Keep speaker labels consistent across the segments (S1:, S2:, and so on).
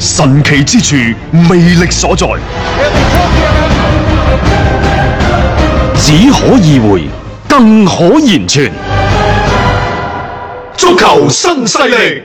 S1: 神奇之處，魅力所在，
S2: It's Tokyo.
S1: 只可意會，更可言傳。足球新勢力，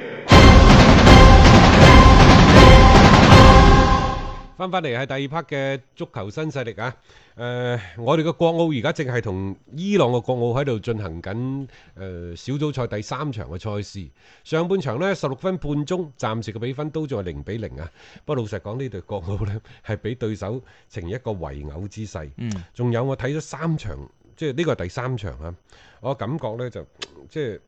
S3: 翻翻嚟係第二 part 嘅足球新勢力啊！誒、我哋嘅國奧而家正係同伊朗嘅國奧喺度進行緊誒、小組賽第三場嘅賽事。上半場呢，十六分半鐘，暫時嘅比分都仲係零比零啊！不過老實講，呢隊國奧呢係俾對手呈一個圍毆之勢。仲、有我睇咗三場，即係呢個係第三場啊！我感覺呢，就即係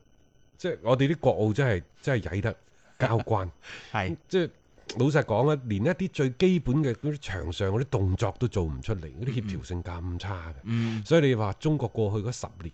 S3: 即係我哋啲國奧真係真係曳得交關。
S4: 係
S3: 即係老實講啊，連一啲最基本嘅嗰啲場上嗰啲動作都做唔出嚟，嗰啲協調性咁差嘅。
S4: 嗯
S3: 所以你話中國過去嗰十年，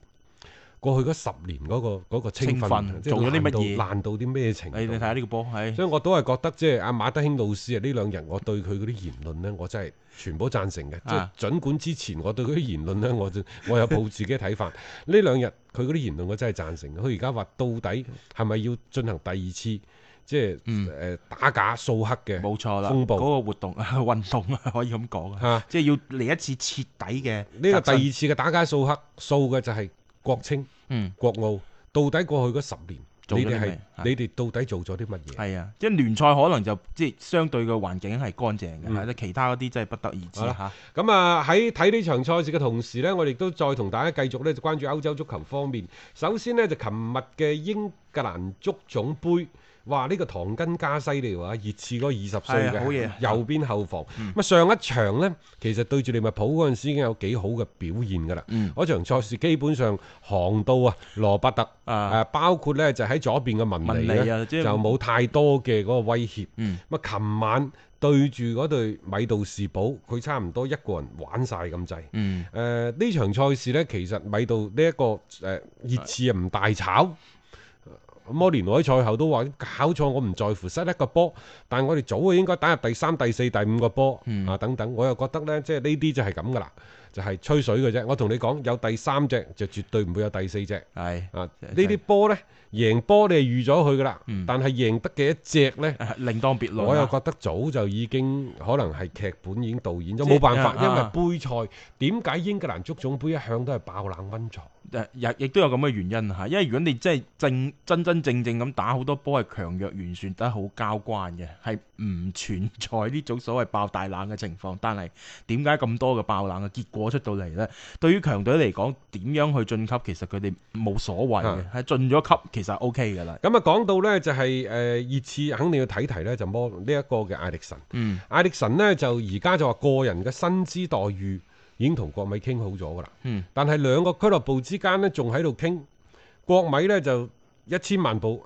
S3: 過去嗰十年嗰、個嗰、個青
S4: 青
S3: 訓，
S4: 訓
S3: 即係
S4: 做咗啲乜嘢
S3: 爛到啲咩程度？
S4: 你你睇下呢個波，係
S3: 所以我都係覺得即係阿馬德興老師啊，呢兩日我對佢嗰啲言論呢，我真係全部都贊成嘅。即係
S4: 啊
S3: 儘管之前我對佢啲言論呢，我 就我有抱自己嘅睇法。呢兩日佢嗰啲言論我真係贊成嘅。佢而家話到底係咪要進行第二次即係誒、
S4: 嗯
S3: 呃打假掃黑嘅
S4: 冇錯啦，
S3: 風暴
S4: 嗰個活動 運動啊，可以咁講啊，
S3: 嚇？
S4: 即係要嚟一次徹底嘅
S3: 呢、個第
S4: 革新
S3: 二次嘅打假掃黑掃嘅就係國青
S4: 嗯
S3: 國奧，到底過去嗰十年
S4: 做咗
S3: 你
S4: 啲
S3: 哋係
S4: 咩啊
S3: 你哋到底做咗啲乜嘢？
S4: 係啊，即係聯賽可能就即係相對嘅環境係乾淨嘅，
S3: 嗯
S4: 係啦其他嗰啲真係不得而知
S3: 好啦
S4: 嚇。
S3: 咁啊喺睇呢場賽事嘅同時呢，我哋亦都再同大家繼續呢，就關注歐洲足球方面。首先呢，就琴日嘅英格蘭足總杯。哇！呢、個唐根加西利喎，熱刺嗰二十歲
S4: 係啊好嗯
S3: 嘅嗯
S4: 嘢
S3: 右邊後防。咁、啊上一場呢，其實對住利物浦嗰陣時已經有幾好嘅表現㗎啦。
S4: 嗯
S3: 嗰、場賽事基本上航到啊，羅伯特誒、
S4: 啊
S3: 包括呢就喺左邊嘅文尼
S4: 文尼
S3: 呢，
S4: 啊即係
S3: 就冇太多嘅嗰個威脅。
S4: 嗯
S3: 咁啊，琴晚對住嗰隊米杜士堡，佢差唔多一個人玩晒咁滯。
S4: 嗯，
S3: 誒、呢場賽事呢，其實米杜呢、一個誒、熱刺啊唔大炒。摩連奴喺賽後都話：搞錯，我唔在乎失一個波，但我哋早就應該打入第三、第四、第五個波、
S4: 嗯
S3: 啊等等。我又覺得呢，即係呢啲就係咁噶啦，就係、吹水嘅啫。我同你講，有第三隻就絕對唔會有第四隻。
S4: 係
S3: 啊！呢
S4: 真係
S3: 啲波呢，贏波你係預咗佢噶啦，
S4: 嗯
S3: 但係贏得嘅一隻呢，
S4: 另當別論啊。
S3: 我又覺得早就已經可能係劇本已經導演咗，
S4: 即
S3: 冇辦
S4: 啊
S3: 法，
S4: 啊
S3: 因為杯賽點解英格蘭足總杯一向都係爆冷溫床？
S4: 誒呃亦亦都有咁嘅原因啊嚇，因為如果你真係正真真正正咁打好多波係強弱懸殊得好交關嘅，係唔存在呢種所謂爆大冷嘅情況。但係點解咁多嘅爆冷嘅結果出到嚟呢？對於強隊嚟講，點樣去晉級其實佢哋冇所謂嘅，
S3: 啊
S4: 係進咗級其實 O K 嘅啦。
S3: 咁啊，講到呢，就係誒呃熱刺肯定要睇提呢，就摩呢一個嘅艾力神，
S4: 嗯，
S3: 艾力神呢，就而家就話個人嘅薪資待遇已經同國米傾好咗噶啦，
S4: 嗯
S3: 但係兩個俱樂部之間呢，仲喺度傾，國米呢，就一千萬步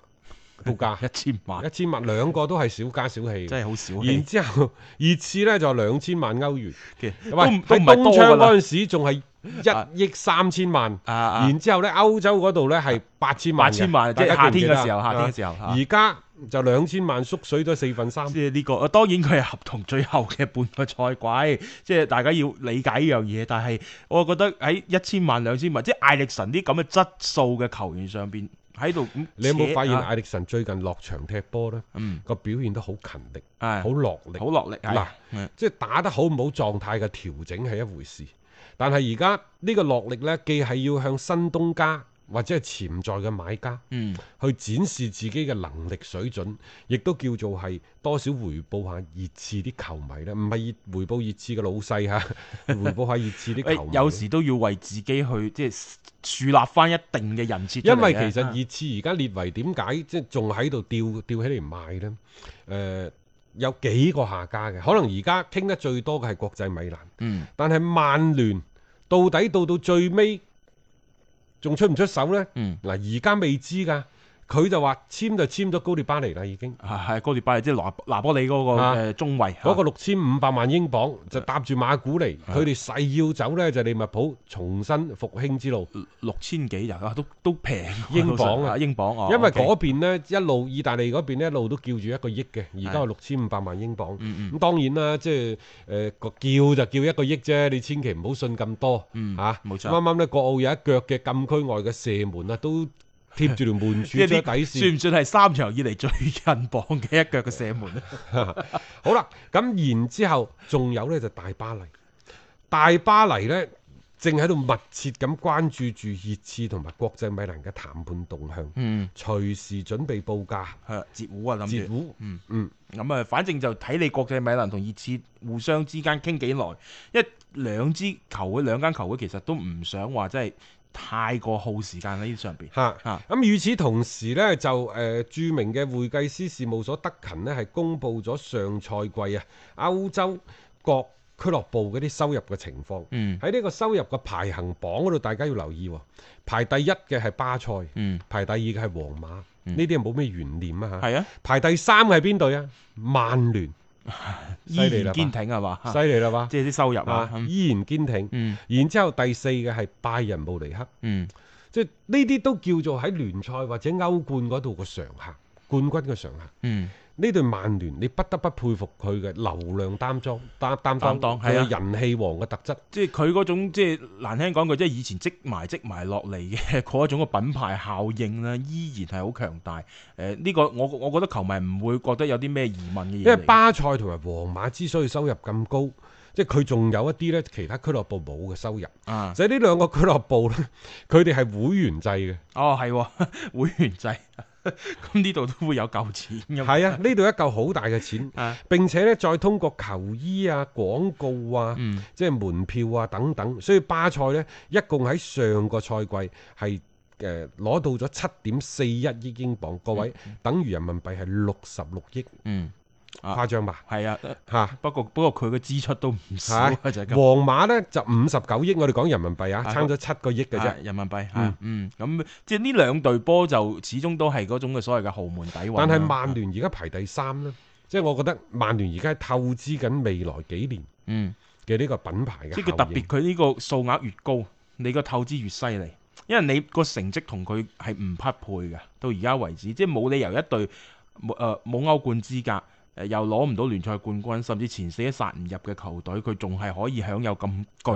S3: 報價。
S4: 一千萬
S3: 一千萬兩個都係小家小氣嘅，
S4: 真係好少氣
S3: 然之後 熱刺呢就兩千萬歐元，
S4: 嘅，
S3: 喂
S4: 都
S3: 喺
S4: 唔都唔係
S3: 東
S4: 多
S3: 窗
S4: 㗎
S3: 嗰
S4: 啦。
S3: 陣時仲係一億三千萬，
S4: 啊啊，
S3: 然之後呢歐洲嗰度呢係八千萬
S4: 八
S3: 嘅，
S4: 千萬即係
S3: 大家
S4: 夏
S3: 記唔記
S4: 天
S3: 得啊
S4: 嘅時候，夏天嘅時候嚇。
S3: 而家就兩千萬縮水咗四分三。
S4: 即係呢個，呃當然佢係合同最後嘅半個賽季，即係大家要理解呢樣嘢。但係我覺得喺一千萬兩千萬，即係艾力神啲咁嘅質素嘅球員上邊喺度咁扯，
S3: 你有冇發現
S4: 啊？
S3: 艾力神最近落場踢波呢
S4: 嗯，
S3: 個表現都好勤力，
S4: 啊
S3: 好落力
S4: 好。落力係
S3: 嗱
S4: 嗯
S3: 即係打得好唔好狀態嘅調整係一回事，但係而家呢個落力呢，既係要向新東家或者係潛在嘅買家
S4: 嗯
S3: 去展示自己嘅能力水準，亦都叫做係多少回報下熱刺啲球迷咧，唔係熱回報熱刺嘅老細嚇， 回報下熱刺啲球
S4: 誒
S3: 迷。啊
S4: 有時都要為自己去即係樹立翻一定嘅人設出嚟嘅。
S3: 因為其實
S4: 啊
S3: 熱刺而家列為點解即係仲喺度吊吊起嚟賣呢？誒、有幾個下家嘅，可能而家傾得最多嘅係國際米蘭。
S4: 嗯
S3: 但係曼聯到底到到最尾仲出唔出手呢？
S4: 嗯
S3: 嗱，而家未知㗎。佢就話簽就簽咗高列巴尼啦，已經
S4: 係高迪拜即係拿拿波里嗰
S3: 啊
S4: 個誒中衞，
S3: 嗰個六千五百萬英鎊就搭住馬古尼，佢哋誓要走呢，就利物浦重新復興之路，
S4: 六千幾人啊，都都平
S3: 英鎊啊
S4: 老實英鎊哦，
S3: 因為
S4: OK
S3: 嗰邊呢一路意大利嗰邊呢一路都叫住一個億嘅，而家
S4: 係
S3: 有六千五百萬英鎊。
S4: 嗯
S3: 咁當然啦，即係誒呃個叫就叫一個億啫，你千祈唔好信咁多
S4: 嗯
S3: 嚇。
S4: 冇錯
S3: 啱啱呢國奧有一腳嘅禁區外嘅射門啊，都貼住條門柱
S4: 即係
S3: 出
S4: 呢
S3: 底線
S4: 算。唔算係三場以嚟最近磅嘅一腳嘅射門咧？
S3: 好啦，咁然之後仲有呢，就大巴黎，大巴黎呢，正喺度密切咁關注住熱刺同埋國際米蘭嘅談判動向，
S4: 嗯，
S3: 隨時準備報價
S4: 係截胡啊，諗
S3: 截
S4: 住。
S3: 胡。
S4: 嗯
S3: 嗯，
S4: 咁啊，反正就睇你國際米蘭同熱刺互相之間傾幾耐，因為兩支球會兩間球會其實都唔想話真係太過耗時間喺呢上邊。
S3: 嚇
S4: 啊
S3: 咁與此同時呢，就誒、呃著名嘅會計師事務所德勤呢，係公布咗上賽季啊歐洲各俱樂部嗰啲收入嘅情況。
S4: 嗯
S3: 喺呢個收入嘅排行榜嗰度，大家要留意喎。排第一嘅係巴塞，
S4: 嗯，
S3: 排第二嘅係皇馬，
S4: 嗯
S3: 呢啲係冇咩懸念啊嚇。
S4: 係啊，
S3: 排第三係邊隊啊？曼聯，
S4: 依
S3: 犀利啦
S4: 然堅挺係嘛，
S3: 犀利啦吧？
S4: 即係啲收入啊
S3: 啊，，依然堅挺。
S4: 嗯
S3: 然之後第四嘅係拜仁慕尼黑，
S4: 嗯
S3: 即係呢啲都叫做喺聯賽或者歐冠嗰度個常客，冠軍嘅常客。
S4: 嗯，
S3: 呢隊曼聯，你不得不佩服佢嘅流量擔當、擔擔
S4: 擔當
S3: 當，佢
S4: 係啊
S3: 嘅人氣王嘅特質。
S4: 即係佢嗰種即係難聽講句，即係以前積埋積埋落嚟嘅嗰一種嘅品牌效應咧，依然係好強大。誒、呢、個我我覺得球迷唔會覺得有啲咩疑問嘅嘢嚟嘅。
S3: 因為巴塞同埋皇馬之所以收入咁高，即係佢仲有一啲咧其他俱樂部冇嘅收入，
S4: 啊，
S3: 就係呢兩個俱樂部咧，佢哋係會員制嘅。
S4: 哦係喎 會員制， 咁呢度都會有嚿錢㗎嘛。
S3: 係啊，呢度一嚿好大嘅錢，
S4: 啊，
S3: 並且咧再通過球衣啊、廣告啊、
S4: 嗯
S3: 即係門票啊等等，所以巴塞咧一共喺上個賽季係。誒攞到咗七點四一億英鎊，各位等於人民幣係六十六億，
S4: 嗯，啊
S3: 誇張吧？
S4: 係啊，
S3: 嚇！
S4: 不過不過佢嘅支出都唔少啊，就係咁。
S3: 皇馬呢就五十九億，我哋講人民幣啊，
S4: 啊
S3: 差咗七個億嘅
S4: 啊
S3: 啫。
S4: 人民幣嚇，嗯，咁即係呢兩隊波就始終都係嗰種嘅所謂嘅豪門底蘊啦。
S3: 但係曼聯而家排第三啦，即係我覺得曼聯而家係透支緊未來幾年
S4: 嗯。
S3: 嘅呢個品牌嘅
S4: 即係佢特
S3: 效
S4: 別，
S3: 應。
S4: 佢呢個數額越高，你個透支越犀利，因為你個成績同佢係唔匹配嘅。到而家為止，即係冇理由一隊冇誒冇歐冠資格，誒又攞唔到聯賽冠軍，甚至前四都殺唔入嘅球隊，佢仲係可以享有咁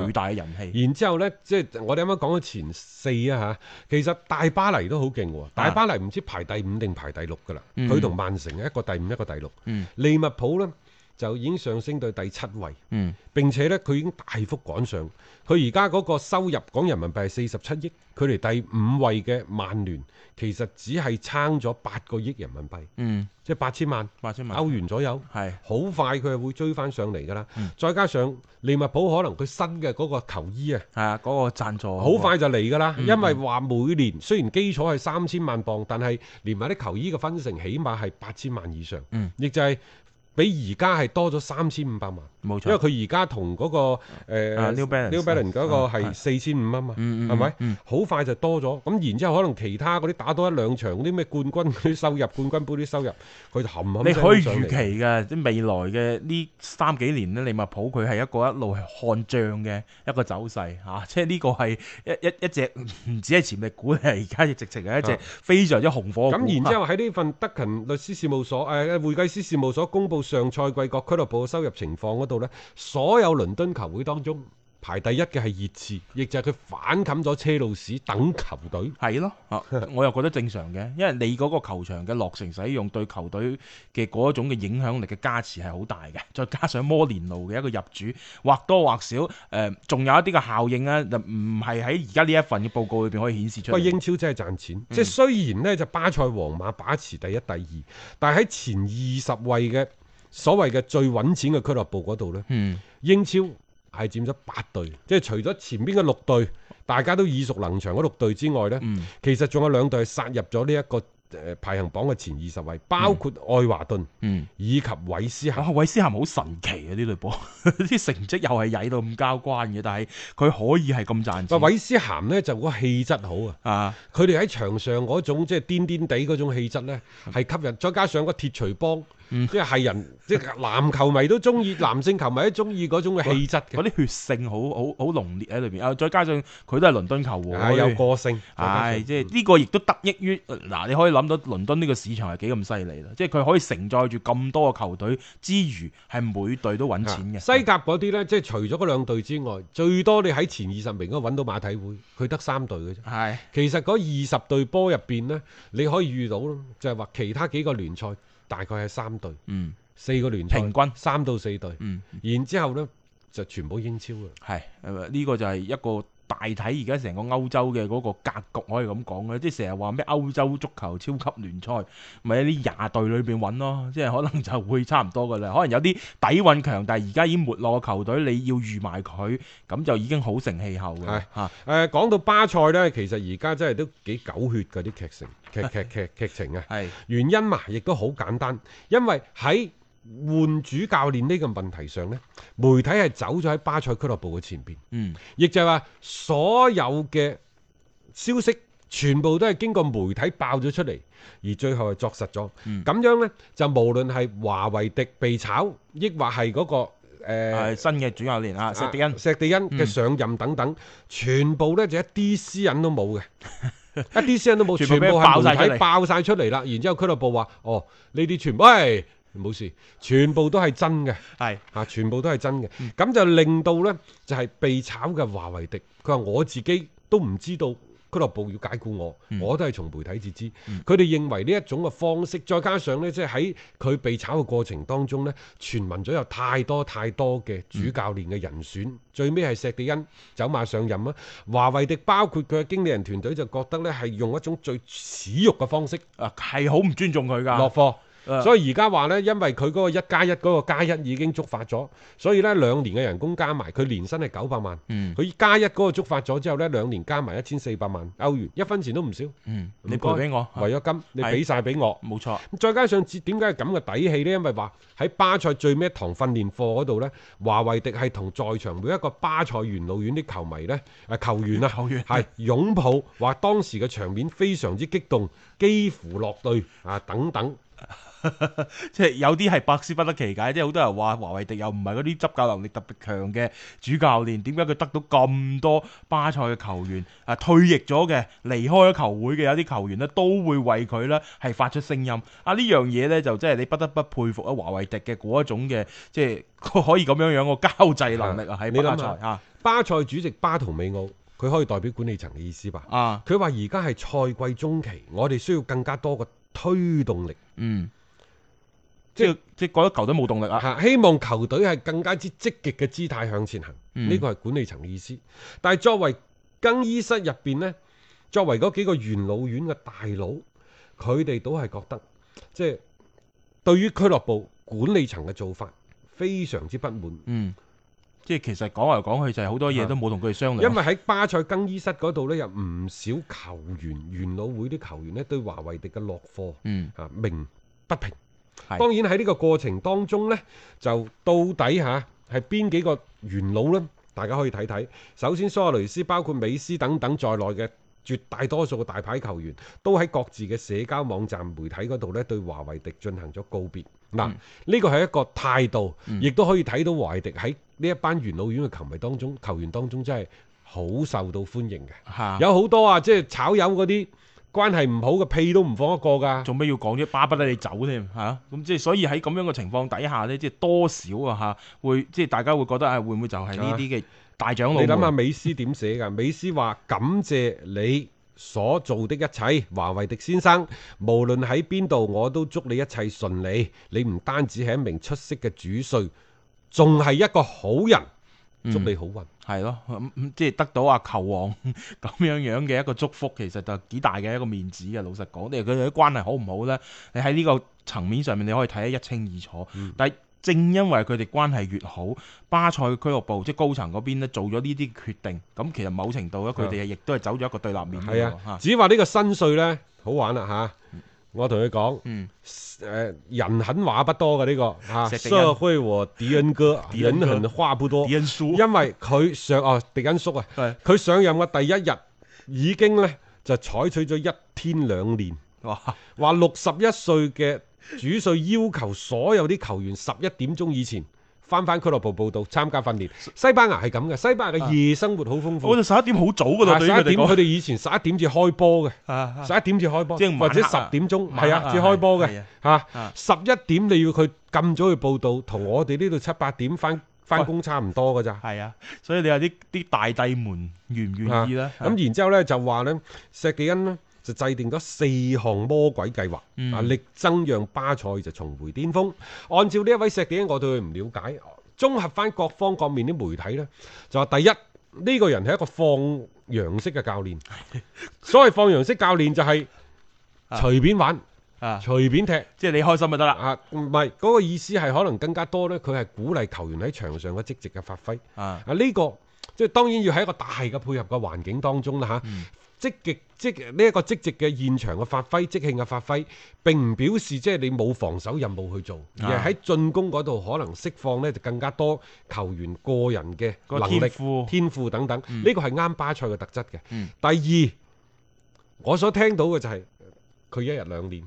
S4: 巨大嘅人氣。
S3: 然之後呢，即係我哋啱啱講咗前四啊嚇，其實大巴黎都好勁喎。大巴黎唔知排第五定排第六㗎啦，
S4: 啊嗯
S3: 佢同曼城一個第五一個第六。
S4: 嗯
S3: 利物浦呢，就已經上升到第七位。
S4: 嗯
S3: 並且咧，佢已經大幅趕上。佢而家嗰個收入講人民幣係四十七億，距離第五位嘅曼聯其實只係差咗八個億人民幣，
S4: 嗯，
S3: 即係八千萬
S4: 八千萬
S3: 歐元左右。
S4: 係
S3: 好快佢係會追翻上嚟㗎啦
S4: 嗯。
S3: 再加上利物浦可能佢新嘅嗰個球衣啊，
S4: 係啊，嗰、個贊助
S3: 好快就嚟㗎啦。
S4: 嗯
S3: 因為話每年雖然基礎係三千萬磅，但係連埋啲球衣嘅分成起碼係八千萬以上
S4: 嗯，
S3: 亦就係比而家係多咗三千五百萬。
S4: 冇
S3: 因為
S4: 錯。
S3: 佢而家同嗰個誒
S4: 啊，New Balance，
S3: New Balance 嗰個
S4: 啊
S3: 係四千五啊嘛，
S4: 嗯嗯
S3: 係咪
S4: 嗯？
S3: 好快就多咗，咁然之後可能其他嗰啲打多一兩場嗰啲咩冠軍嗰啲收入、冠軍杯啲收入，佢就冚冚
S4: 你
S3: 聲
S4: 可以
S3: 上嚟
S4: 預期嘅，即係未來嘅呢三幾年咧，利物浦佢係一個一路係看漲嘅一個走勢嚇、啊 即係呢個係一一一隻唔止係潛力股， 係而家亦直情係一隻
S3: 啊
S4: 非常之紅火嘅股啊
S3: 咁然之後喺呢份德勤律師事務所誒、呃、會計師事務所公布上賽季各俱樂部嘅收入情況嗰度呢，所有倫敦球會當中排第一嘅係熱刺，亦就係佢反冚咗車路士等球隊。
S4: 係咯，啊 我又覺得正常嘅，因為你嗰個球場嘅落成使用對球隊嘅嗰種嘅影響力嘅加持係好大嘅， 再加上摩連奴嘅一個入主，或多或少誒，呃仲、有一啲嘅效應啊，就唔係喺而家呢一份嘅報告裏邊可以顯示出
S3: 不過
S4: 嚟。嗯
S3: 英超真係賺錢，即係雖然呢就巴塞、皇馬把持第一、第二，但係喺前二十位嘅所謂嘅最揾錢嘅俱樂部嗰度呢，
S4: 嗯。
S3: 英超係佔咗八隊，即係除咗前邊嘅六隊，大家都耳熟能詳嗰六隊之外呢，
S4: 嗯
S3: 其實仲有兩隊係殺入咗呢一個誒排行榜嘅前二十位，包括愛華頓
S4: 嗯，
S3: 以及韋斯咸。
S4: 啊，韋斯咸好神奇啊！呢隊波啲成績又係曳到咁交關嘅，但係佢可以係咁賺
S3: 喂，
S4: 錢。
S3: 韋斯咸呢，就嗰個氣質好啊！
S4: 啊，
S3: 佢哋喺場上嗰種即係癲癲地嗰種氣質呢，
S4: 嗯
S3: 係吸引，再加上個鐵錘幫，即係係人，即係男球迷都中 意，男性球迷都中意嗰種嘅氣質嘅啊
S4: 嗰，啲血性好好好濃烈喺裏邊啊！再加上佢都係倫敦球
S3: 係
S4: 會，
S3: 有個性。再加上嗯
S4: 唉，即係呢個亦都得益於嗱，你可以諗到倫敦呢個市場係幾咁犀利啦，即係佢可以承載住咁多個球隊之餘，係每隊都揾錢嘅。
S3: 啊西甲嗰啲呢，即係除咗嗰兩隊之外，最多你喺前二十名嗰度揾到馬體會，佢得三隊嘅啫。
S4: 係
S3: 其實嗰二十隊波入邊呢，你可以遇到咯，就係話其他幾個聯賽大概係三隊、
S4: 嗯
S3: 四個聯賽
S4: 平均
S3: 三到四隊，
S4: 嗯
S3: 然之後呢，就全部英超啦。
S4: 係誒呢個就係一個大體而家成個歐洲嘅嗰個格局可以咁講嘅，即係成日話咩歐洲足球超級聯賽，咪喺呢廿隊裏邊揾咯，即係可能就會差唔多噶啦。可能有啲底運強，但係而家已經沒落嘅球隊，你要預埋佢，咁就已經好成氣候嘅
S3: 係
S4: 啦嚇。
S3: 誒、講到巴塞呢，其實而家真係都幾狗血嗰啲劇情劇劇劇劇情啊！
S4: 係
S3: 原因嘛，亦都好簡單，因為喺換主教練呢個問題上呢，媒體係走咗喺巴塞俱樂部嘅前邊，
S4: 嗯
S3: 亦就係話所有嘅消息全部都係經過媒體爆咗出嚟，而最後係作實咗。咁、樣呢，就無論係華為迪被炒，抑或係嗰、個、呃
S4: 誒新嘅主教練啊，石迪
S3: 啊
S4: 恩。
S3: 石地恩嘅上任等等，全部咧就一啲私隱都 冇嘅。一啲私隱都冇，
S4: 全
S3: 全
S4: 部
S3: 部
S4: 俾佢爆晒
S3: 係
S4: 出嚟
S3: 媒體爆晒出嚟啦。然之後俱樂部話：哦，呢啲全部，喂，冇事，全部都係真嘅，
S4: 係
S3: 嚇，啊全部都係真嘅。咁就令到呢，就係被炒嘅華為迪，佢話我自己都唔知道俱樂部要解雇我，我都係從媒體至知。佢哋認為呢一種嘅方式，再加上呢，即係喺佢被炒嘅過程當中呢，傳聞咗有太多太多嘅主教練嘅人選，最尾係石地恩走馬上任啊。華為迪包括佢嘅經理人團隊就覺得呢係用一種最恥辱嘅方式
S4: 啊，係好唔尊重佢
S3: 落
S4: 㗎。
S3: 課。
S4: 誒
S3: 所以而家話呢，因為佢嗰個一加一嗰個加一已經觸發咗，所以呢兩年嘅人工加埋，佢年薪係九百萬。
S4: 嗯
S3: 佢加一嗰個觸發咗之後呢，兩年加埋一千四百萬歐元，一分錢都唔少。
S4: 嗯，
S3: 唔
S4: 你
S3: 該
S4: 賠俾我，
S3: 違咗金，你俾晒俾我。
S4: 冇錯。
S3: 咁再加上點解係咁嘅底氣呢？因為話喺巴塞最尾一堂訓練課嗰度呢，華為迪係同在場每一個巴塞元老院啲球迷呢，誒球員啊，
S4: 球員
S3: 係擁抱，話當時嘅場面非常之激動，幾乎落淚啊等等。
S4: 即係有啲係百思不得其解，即係好多人話華為迪又唔係嗰啲執教能力特別強嘅主教練，點解佢得到咁多巴塞嘅球員啊退役咗嘅、離開咗球會嘅有啲球員呢，都會為佢呢係發出聲音啊！呢樣嘢呢，就即係你不得不佩服啊華為迪嘅嗰一種嘅即係 可以咁樣樣個交際能力啊喺
S3: 你諗
S4: 巴
S3: 下
S4: 塞啊
S3: 巴塞主席巴圖美奧，佢可以代表管理層嘅意思吧？
S4: 啊
S3: 佢話而家係賽季中期，我哋需要更加多嘅推動力，
S4: 嗯，即
S3: 即
S4: 係即係覺得球隊冇動力啊，
S3: 嚇希望球隊係更加之積極嘅姿態向前行。
S4: 嗯
S3: 呢個係管理層嘅意思。但係作為更衣室入邊呢，作為嗰幾個元老院嘅大佬，佢哋都係覺得即係對於俱樂部管理層嘅做法非常之不滿。
S4: 嗯，即係其實講嚟講去就係好多嘢都冇同佢哋商量，
S3: 因為喺巴塞更衣室嗰度呢，有唔少球員、元老會啲球員呢，對華為迪嘅落課
S4: 嗯
S3: 啊鳴不平。
S4: 係
S3: 當然喺呢個過程當中呢，就到底嚇係邊幾個元老呢？大家可以睇睇。首先，蘇亞雷斯包括美斯等等在內嘅絕大多數嘅大牌球員，都喺各自嘅社交網站、媒體嗰度呢，對華為迪進行咗告別。嗱，呢個係一個態度，亦都可以睇到華為迪喺呢一班元老院嘅球迷當中、球員當中真係好受到歡迎嘅。
S4: 嚇
S3: 有好多啊，即係炒友嗰啲關係唔好嘅屁都唔放一個㗎。
S4: 做咩要講啫？巴不得你走添嚇，咁、即係所以喺咁樣嘅情況底下咧，即係多少啊嚇，會即係大家會覺得啊，會唔會就係呢啲嘅大長老啊
S3: 你
S4: 們？
S3: 諗下美斯點寫㗎？ 美斯話感謝你所做的一切，華為迪先生，無論喺邊度，我都祝你一切順利。你唔單止係一名出色嘅主帥，仲係一個好人，
S4: 嗯
S3: 祝你好運。
S4: 係咯，咁、咁即係得到啊球王 咁樣樣嘅一個祝福，其實就幾大嘅一個面子嘅。老實講，你佢哋啲關係好唔好呢？你喺呢個層面上面，你可以睇得一清二楚。
S3: 嗯
S4: 但係正因為佢哋關係越好，巴塞俱樂部即係高層嗰邊咧做咗呢啲決定，咁其實某程度咧，佢哋亦都係走咗一個對立面嘅
S3: 啊係
S4: 嗯
S3: 啊
S4: 喎嚇
S3: 啊，只話呢個新帥呢，好玩啦嚇。我同佢講，
S4: 嗯，
S3: 誒、人狠話不多嘅呢、個嚇，
S4: 石迪恩
S3: 社會和迪恩哥
S4: 迪
S3: 人
S4: 恩哥
S3: 狠話不多，
S4: 啲因素
S3: 因為佢上哦迪恩叔啊，
S4: 係
S3: 佢上任嘅第一日已經呢，就採取咗一天兩練，
S4: 哇，
S3: 話六十一歲嘅主帥要求所有啲球員十一點鐘以前。翻返俱樂部報道參加訓練，西班牙係咁嘅，西班牙嘅夜生活好豐富
S4: 啊我。就十一點好早噶啦，
S3: 嗯啊十一
S4: 對於佢哋
S3: 點佢
S4: 講
S3: 哋以前十一點至開波嘅，
S4: 啊啊
S3: 十一點至開波，
S4: 即係晚黑
S3: 或者十
S4: 啊
S3: 點鐘，
S4: 晚黑
S3: 係
S4: 啊
S3: 啊，至開波
S4: 係
S3: 嘅
S4: 啊
S3: 嚇
S4: 啊。
S3: 十一點你要佢咁早去報道，同我哋呢度七八點翻翻工差唔多㗎咋。
S4: 係啊，所以你話啲啲大帝們願唔願意啦
S3: 啊？咁然之後咧就話咧，石紀恩呢就制定咗四項魔鬼計劃，
S4: 嗯
S3: 啊力爭讓巴塞就重回巔峰。按照呢一位石紀恩，我對佢唔了解，綜合翻各方各面啲媒體咧，就話第一呢、個人係一個放羊式嘅教練，所謂放羊式教練就係
S4: 啊
S3: 隨便玩、
S4: 啊，
S3: 隨便踢。
S4: 即係你開心就得啦。
S3: 啊，唔係嗰個意思係可能更加多呢，佢係鼓勵球員喺場上嘅積極嘅發揮。
S4: 啊，
S3: 啊，呢、個即係當然要喺一個大嘅配合嘅環境當中啦嚇。
S4: 嗯
S3: 積極積呢一個積極嘅現場嘅發揮，即興嘅發揮，並唔表示即係你冇防守任務去做，
S4: 啊
S3: 而係喺進攻嗰度可能釋放呢就更加多球員個人嘅
S4: 個
S3: 能力、
S4: 天賦
S3: 天賦等等。
S4: 嗯
S3: 呢個係啱巴塞嘅特質嘅。
S4: 嗯
S3: 第二，我所聽到嘅就係、佢一日兩 練，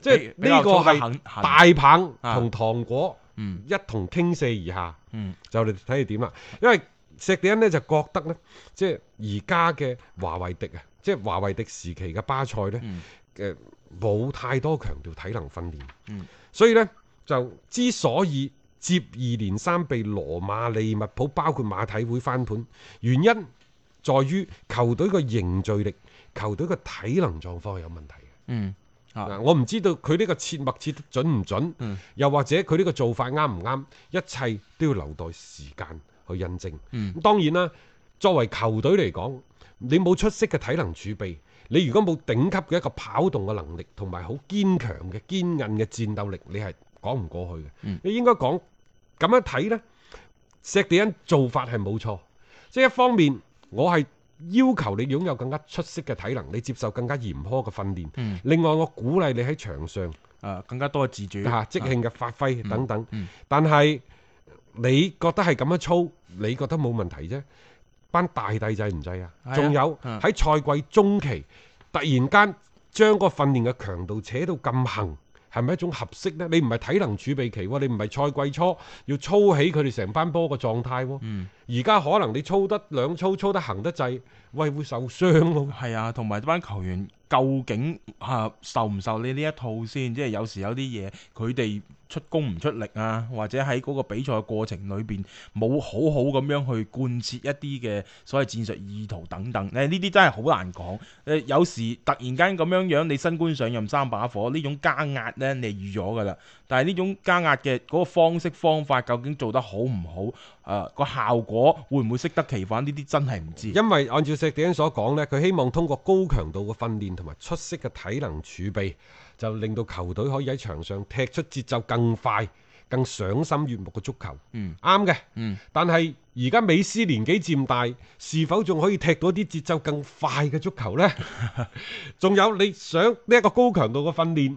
S3: 即係
S4: 比較
S3: 呢個
S4: 操得
S3: 係
S4: 狠狠
S3: 大棒
S4: 啊
S3: 同糖果
S4: 嗯
S3: 一同傾瀉而下。
S4: 嗯，
S3: 就你睇你點啦。因為石地恩呢就覺得呢，即係而家嘅華為迪啊，即係華為迪時期嘅巴塞呢，
S4: 嗯
S3: 誒冇、太多強調體能訓練，
S4: 嗯
S3: 所以呢，就之所以接二連三被羅馬、利物浦包括馬體會翻盤，原因在於球隊嘅凝聚力、球隊嘅體能狀況係有問題嘅。
S4: 嗯，啊
S3: 嗱，我唔知道佢呢個切脈切得準唔準，
S4: 嗯
S3: 又或者佢呢個做法啱唔啱，一切都要留待時間去印證。
S4: 嗯
S3: 咁當然啦，作為球隊嚟講，你冇出色嘅體能儲備，你如果冇頂級嘅一個跑動嘅能力，同埋好堅強嘅堅韌嘅戰鬥力，你係講唔過去嘅。
S4: 嗯
S3: 你應該講咁樣睇呢，石地恩做法係冇錯，即係一方面我係。要求你擁有更加出色嘅體能，你接受更加嚴苛嘅訓練。
S4: 嗯
S3: 另外，我鼓勵你喺場上
S4: 啊，更加多嘅自主
S3: 嚇即興嘅發揮等等。
S4: 啊嗯
S3: 但係你覺得係咁樣操，你覺得冇問題啫。班大帝制唔制啊
S4: 係啊？
S3: 仲有
S4: 嗯
S3: 喺賽季中期突然間將個訓練嘅強度扯到咁行。係咪一種合適呢？你唔係體能儲備期喎，你唔係賽季初要操起佢哋成班波嘅狀態喎。
S4: 嗯
S3: 而家、可能你操得兩操，操得行得滯，喂會受傷咯。
S4: 係啊，同埋班球員究竟啊、受唔受你呢一套先？即係有時有啲嘢佢哋出工唔出力啊，或者喺嗰個比賽過程裏邊冇好好咁樣去貫徹一啲嘅所謂戰術意圖等等。誒呢啲真係好難講。誒、有時突然間咁樣樣，你新官上任三把火，呢種加壓呢，你係預咗㗎啦。但係呢種加壓嘅嗰個方式方法究竟做得好唔好？誒、個效果會唔會適得其反？呢啲真係唔知。
S3: 因為按照石地恩所講呢佢希望通過高強度嘅訓練同埋出色嘅體能儲備，就令到球隊可以喺場上踢出節奏更快、更賞心悅目嘅足球。
S4: 嗯，
S3: 啱嘅。
S4: 嗯。
S3: 但係而家美斯年紀漸大，是否仲可以踢到啲節奏更快嘅足球呢？ 仲有你想呢一個高強度嘅訓練，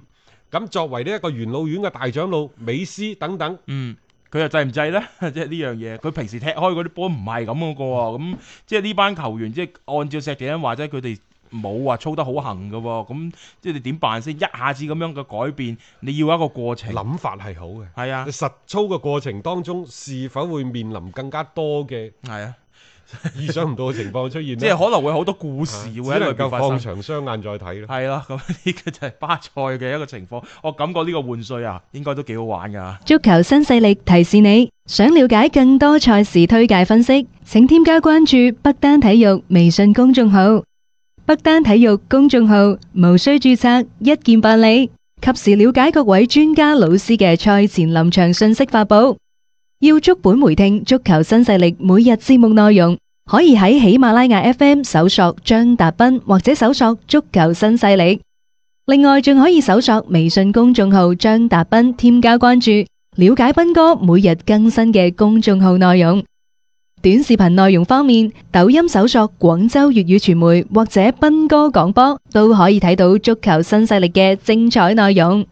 S3: 咁作為呢一個元老院嘅大長老美斯等等，
S4: 嗯，佢又制唔制呢？ 即係呢樣嘢，佢平時踢開嗰啲波唔係咁嘅喎，咁即係呢班球員，即係按照石地恩話齋，佢哋冇話操得好行嘅喎，咁即係你點辦先？一下子咁樣嘅改變，你要一個過程，
S3: 諗法係好嘅。
S4: 係 啊，
S3: 實操嘅過程當中，是否會面臨更加多嘅？
S4: 係啊，
S3: 意想唔到嘅情況出現呢
S4: 即係可能會好多故事
S3: 啊
S4: 會
S3: 只
S4: 喺裏
S3: 能
S4: 邊
S3: 夠
S4: 發生
S3: 放。長雙眼再睇啦。
S4: 係啦，咁呢個就係巴塞嘅一個情況。我感覺呢個換帥啊，應該都幾好玩㗎。
S5: 足球新勢力提示你，想了解更多賽事推介分析，請添加關注北單體育微信公眾號。北單體育公眾號無需注冊，一鍵辦理，及時了解各位專家老師嘅賽前臨場信息發布。要足本回聽足球新勢力每日節目內容，可以喺喜馬拉雅 FM 搜索張達斌或者搜索足球新勢力。另外，仲可以搜索微信公眾號張達斌，添加關注。了解斌哥每日更新嘅公眾號內容。短視頻內容方面，抖音搜索廣州粵語傳媒或者斌哥廣播，都可以睇到足球新勢力嘅精彩內容。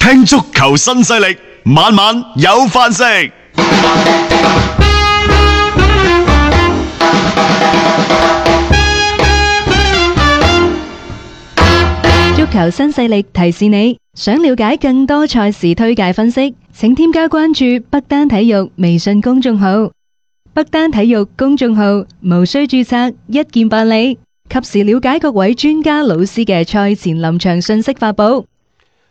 S1: 聽足球新勢力，晚晚有飯食。
S5: 足球新勢力提示你，想了解更多賽事推介分析，請添加關注北單體育微信公眾號。北單體育公眾號無需註冊，一鍵辦理，及時了解各位專家老師嘅賽前臨場信息發布。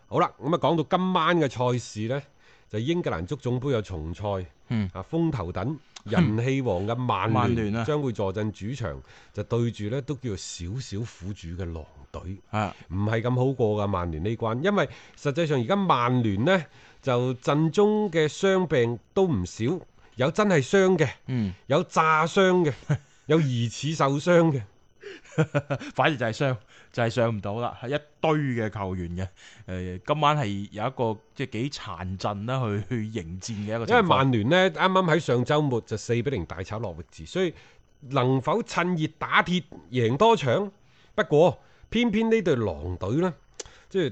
S3: 好啦，咁啊講到今晚嘅賽事呢，就英格蘭足總杯有重賽，
S4: 嗯
S3: 啊風頭等人氣旺嘅曼
S4: 曼
S3: 聯
S4: 聯啊
S3: 將會坐鎮主場，就對住呢都叫做少少苦主嘅狼隊。
S4: 啊，
S3: 唔係咁好過㗎，曼聯呢關，因為實際上而家曼聯呢，就陣中嘅傷病都唔少，有真係傷嘅，
S4: 嗯，
S3: 有炸傷 嘅，有疑似受傷嘅。
S4: 反而就係傷，就係上唔到啦，係一堆嘅球員嘅。誒、今晚係有一個即係幾殘陣啦，去去迎戰嘅一個情況。
S3: 因為曼聯呢，啱啱喺上週末就四比零大炒諾域治，所以能否趁熱打鐵贏多場？不過偏偏呢隊狼隊呢，即係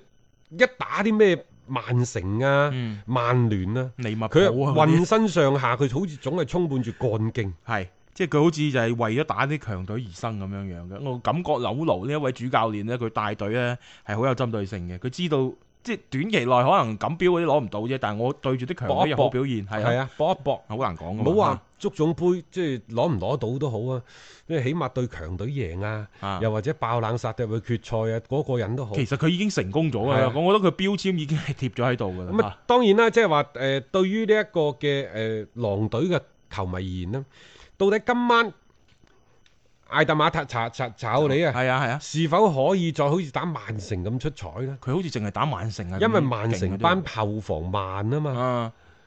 S3: 一打啲咩曼城啊、
S4: 嗯
S3: 曼聯啊，
S4: 利物
S3: 佢
S4: 浦啊嗰啲
S3: 渾身上下佢好似總係充滿住幹勁。
S4: 係，即係佢好似就係為咗打啲強隊而生咁樣樣嘅。我感覺紐奴呢一位主教練呢，佢帶隊呢係好有針對性嘅。佢知道即係短期內可能錦標嗰啲攞唔到啫，但係我對住啲強
S3: 搏
S4: 隊
S3: 一
S4: 有
S3: 搏
S4: 好表現，係
S3: 係
S4: 啊，
S3: 啊，搏一搏。
S4: 好難講㗎嘛。
S3: 唔好話足總杯，即係攞唔攞到都好啊，即係起碼對強隊贏啊，
S4: 啊
S3: 又或者爆冷殺入去決賽啊，嗰、個人都好。
S4: 其實佢已經成功咗㗎
S3: 係
S4: 啦
S3: 啊。
S4: 我覺得佢標籤已經係貼咗喺度㗎
S3: 咁
S4: 啦
S3: 啊。，當然啦，即係話誒，對於呢一個嘅誒、狼隊嘅球迷而言呢，到底今晚艾特馬塔查查炒你啊，
S4: 係啊係啊，
S3: 是否可以再好似打曼城咁出彩呢？
S4: 佢好似淨係打曼城啊，
S3: 因為
S4: 咁
S3: 曼
S4: 勁
S3: 城
S4: 嗰啲
S3: 班後防慢啊嘛，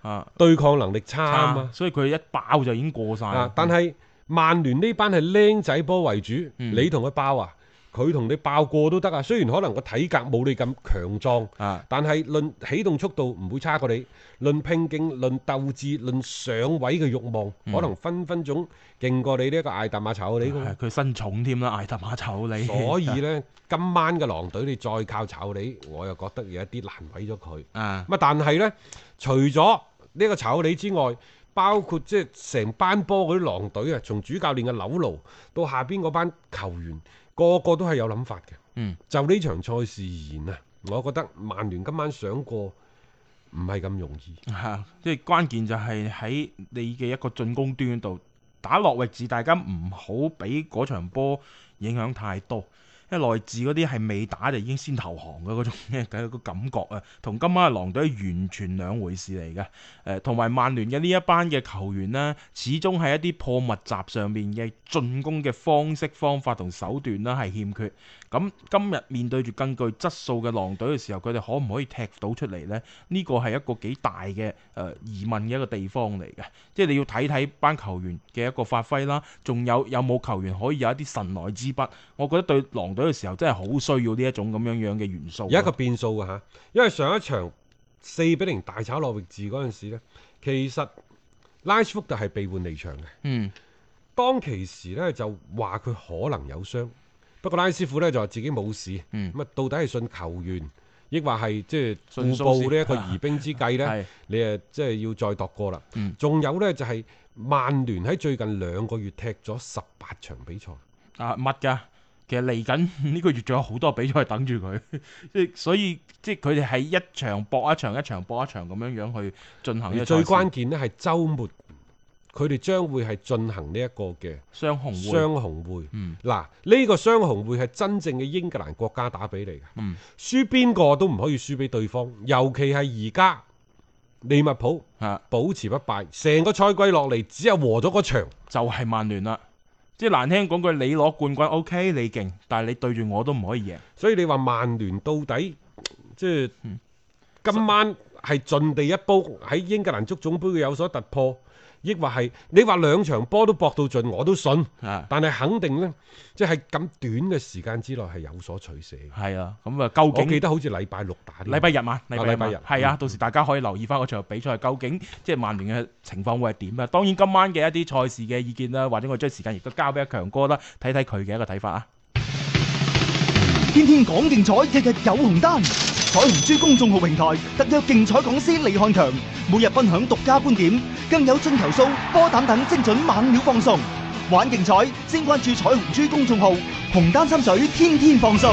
S4: 啊啊
S3: 對抗能力差啊嘛
S4: 啊，。所以佢一爆就已經過晒啦
S3: 啊！但係曼聯呢班係僆仔波為主，
S4: 嗯
S3: 你同佢爆啊，佢同你爆過都得啊。雖然可能個體格冇你咁強壯，
S4: 啊
S3: 但係論起動速度唔會差過你，論拼勁、論鬥志、論上位嘅慾望，
S4: 嗯
S3: 可能分分鐘勁過你呢一個艾達馬炒你
S4: 係
S3: 㗎。
S4: 佢身重添啦，艾特馬臭你，
S3: 所以呢，今晚嘅狼隊你再靠炒你，我又覺得有一啲難為咗佢。
S4: 啊
S3: 咁啊，但係呢，除咗呢個炒你之外，包括即係成班波嗰啲狼隊啊，從主教練嘅紐奴到下邊嗰班球員，個個都係有諗法嘅。
S4: 嗯，
S3: 就呢場賽事而言啊，我覺得曼聯今晚想過唔係咁容易。
S4: 啊即係關鍵就係喺你嘅一個進攻端度打落域治，大家唔好俾嗰場波影響太多。因為內治嗰啲係未打就已經先投降嘅嗰種嘅個感覺啊，同今晚嘅狼隊完全兩回事嚟嘅。誒、同埋曼聯嘅呢一班嘅球員呢，始終喺一啲破密集上面嘅進攻嘅方式、方法同手段呢係欠缺。咁今日面對住更具質素嘅狼隊嘅時候，佢哋可唔可以踢到出嚟呢？呢個係一個幾大嘅誒、呃疑問嘅一個地方嚟嘅，即係你要睇睇班球員嘅一個發揮啦，仲有有冇球員可以有一啲神來之筆？我覺得對狼隊嘅時候真係好需要呢一種咁樣樣嘅元素。
S3: 有一個變數嘅嚇，因為上一場四比零大炒諾域治嗰陣時咧，其實拉斯福特係被換離場嘅。
S4: 嗯
S3: 當其時咧就話佢可能有傷，不過拉師傅咧就話自己冇事。咁啊、
S4: 嗯
S3: 到底係信球員，抑或係即係
S4: 信
S3: 互
S4: 蘇
S3: 報
S4: 斯
S3: 呢一個疑兵之計咧
S4: 係？
S3: 你誒即係要再度過啦
S4: 嗯。
S3: 仲、有咧就係、曼聯喺最近兩個月踢咗十八場比賽，
S4: 啊密㗎。其實嚟緊呢個月仲有好多比賽等住佢， 即係所以即係佢哋係一場搏一場，一場搏一場咁樣樣去進行呢
S3: 而
S4: 個
S3: 最
S4: 賽事
S3: 關鍵咧係週末，佢哋將會係進行呢一個嘅
S4: 雙紅會，
S3: 雙紅會。
S4: 嗯
S3: 嗱，呢個雙紅會係真正嘅英格蘭國家打比嚟嘅，
S4: 嗯
S3: 輸邊個都唔可以輸俾對方，尤其係而家利物浦
S4: 啊。
S3: 保持不敗，成個賽季落嚟只有和咗嗰場，
S4: 就係曼聯啦。即係難聽講句，你攞冠軍 OK，你勁，但係你對住我都唔可以贏。
S3: 所以你話曼聯到底即係
S4: 嗯
S3: 今晚係盡地一煲喺英格蘭足總杯嘅有所突破，抑或係你話兩場波都搏到盡，我都信。
S4: 啊，
S3: 但係肯定呢，即係咁短嘅時間之內係有所取捨嘅。
S4: 係啊，咁啊，究
S3: 我記
S4: 竟
S3: 得好似禮拜六打呢個
S4: 禮拜日晚，禮拜
S3: 禮拜
S4: 日
S3: 日嗯
S4: 晚係啊，到時大家可以留意翻嗰場比賽，究竟即係曼聯嘅情況會係點啊？當然今晚嘅一啲賽事嘅意見啦，或者我將時間亦都交俾阿強哥啦，睇睇佢嘅一個睇法啊。
S6: 天天講競彩，日日有紅單。彩虹珠公眾號平台特約競彩講師李漢強，每日分享獨家觀點，更有進球數、波膽等精準猛料放送。玩競彩，先關注彩虹珠公眾號，紅單心水，天天放送。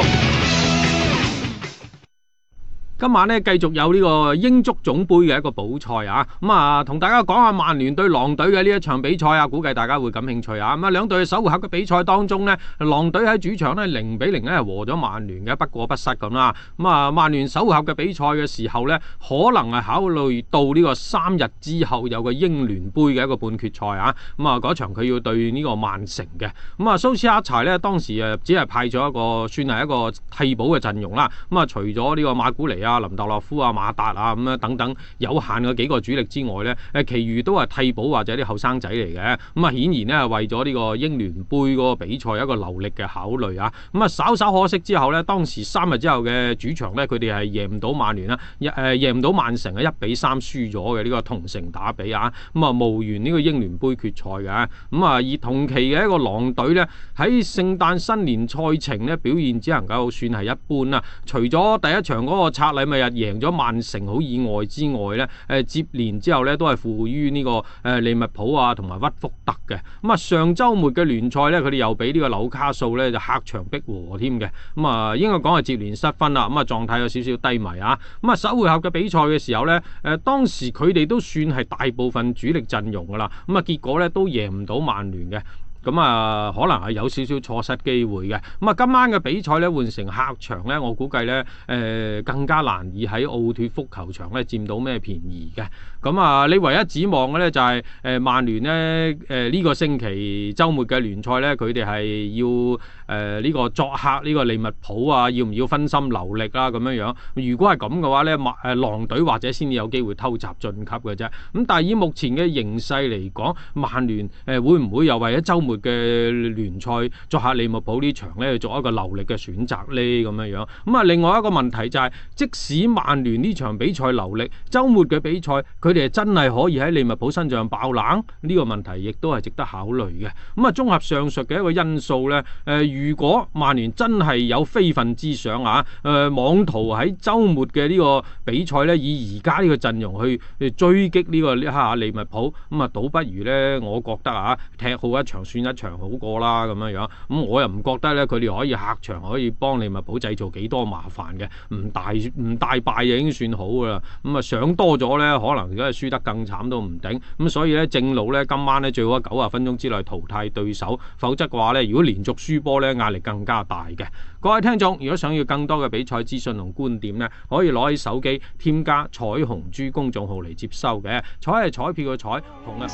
S7: 今晚咧繼續有呢個英足總杯嘅一個補賽啊，咁啊同大家講下曼聯對狼隊嘅呢一場比賽啊，估計大家會感興趣啊。咁啊兩隊首回合嘅比賽當中呢，狼隊喺主場呢零比零咧和咗曼聯嘅，不過不失咁啦。咁啊曼聯首回合嘅比賽嘅時候呢，可能係考慮到呢個三日之後有個英聯杯嘅一個半決賽啊。咁啊嗰場佢要對呢個曼城嘅，咁啊蘇斯克柴呢，當時誒只係派咗一個算係一個替補嘅陣容啦。咁啊除咗呢個馬古尼啊、林特洛夫啊、馬達啊咁樣等等有限嘅幾個主力之外呢，誒，其餘都係替補或者啲後生仔嚟嘅。咁啊，顯然呢，為咗呢個英聯杯嗰個比賽一個流力嘅考慮啊。咁啊，稍稍可惜之後呢，當時三日之後嘅主場呢，佢哋係贏唔到曼聯啦，一誒贏唔到曼城啊嘅一比三輸咗嘅呢個同城打比啊。咁啊，無緣呢個英聯杯決賽嘅。咁啊，而同期嘅一個狼隊呢，喺聖誕新年賽程呢，表現只能夠算係一般啦。除咗第一場嗰個拆禮物日贏咗曼城好意外之外呢，誒、接連之後呢都係負於呢、個誒、利物浦啊同埋屈福特嘅。咁啊上週末嘅聯賽呢，佢哋又俾呢個紐卡素呢就客場逼和添嘅。咁啊應該講係接連失分啦。咁啊狀態有少少低迷啊。咁啊首回合嘅比賽嘅時候呢，誒、當時佢哋都算係大部分主力陣容噶啦。咁啊結果呢都贏唔到曼聯嘅。咁啊，可能係有少少錯失機會嘅。咁啊，今晚嘅比賽咧換成客場咧，我估計咧誒、更加難以喺奧脱福球場咧佔到咩便宜嘅。咁啊，你唯一指望嘅咧就係、誒曼聯咧誒呢個星期週末嘅聯賽咧，佢哋係要呃誒呢、個作客呢個利物浦啊，要唔要分心留力啦咁樣樣？如果係咁嘅話咧，馬誒狼隊或者先至有機會偷襲晉級嘅啫。咁但係以目前嘅形勢嚟講，曼聯誒、呃會唔會又為咗週末嘅聯賽作客利物浦呢場咧作一個流力嘅選擇呢？咁樣樣咁啊，另外一個問題就係、即使曼聯呢場比賽流力，週末嘅比賽佢哋係真係可以喺利物浦身上爆冷呢、個問題，亦都係值得考慮嘅。咁啊，綜合上述嘅一個因素呢，誒、如果曼聯真係有非分之想啊，誒、妄圖喺週末嘅呢個比賽呢，以而家呢個陣容去去追擊呢個呢下利物浦，咁啊，倒不如呢，我覺得啊，踢好一場算一場好過啦，咁樣樣。咁、我又唔覺得呢，佢哋可以客場可以幫利物浦製造幾多麻煩嘅，唔大唔大敗就已經算好噶啦。咁啊，想多咗呢，可能而家係輸得更慘都唔定。咁所以呢，正路呢，今晚呢，最好喺九十分鐘之內淘汰對手，否則嘅話呢，如果連續輸波呢，壓力更加大嘅。各位聽眾，如果想要更多嘅比賽資訊同觀點呢，可以攞起手機添加彩虹豬公眾號嚟接收嘅。彩係彩票嘅彩，紅啊！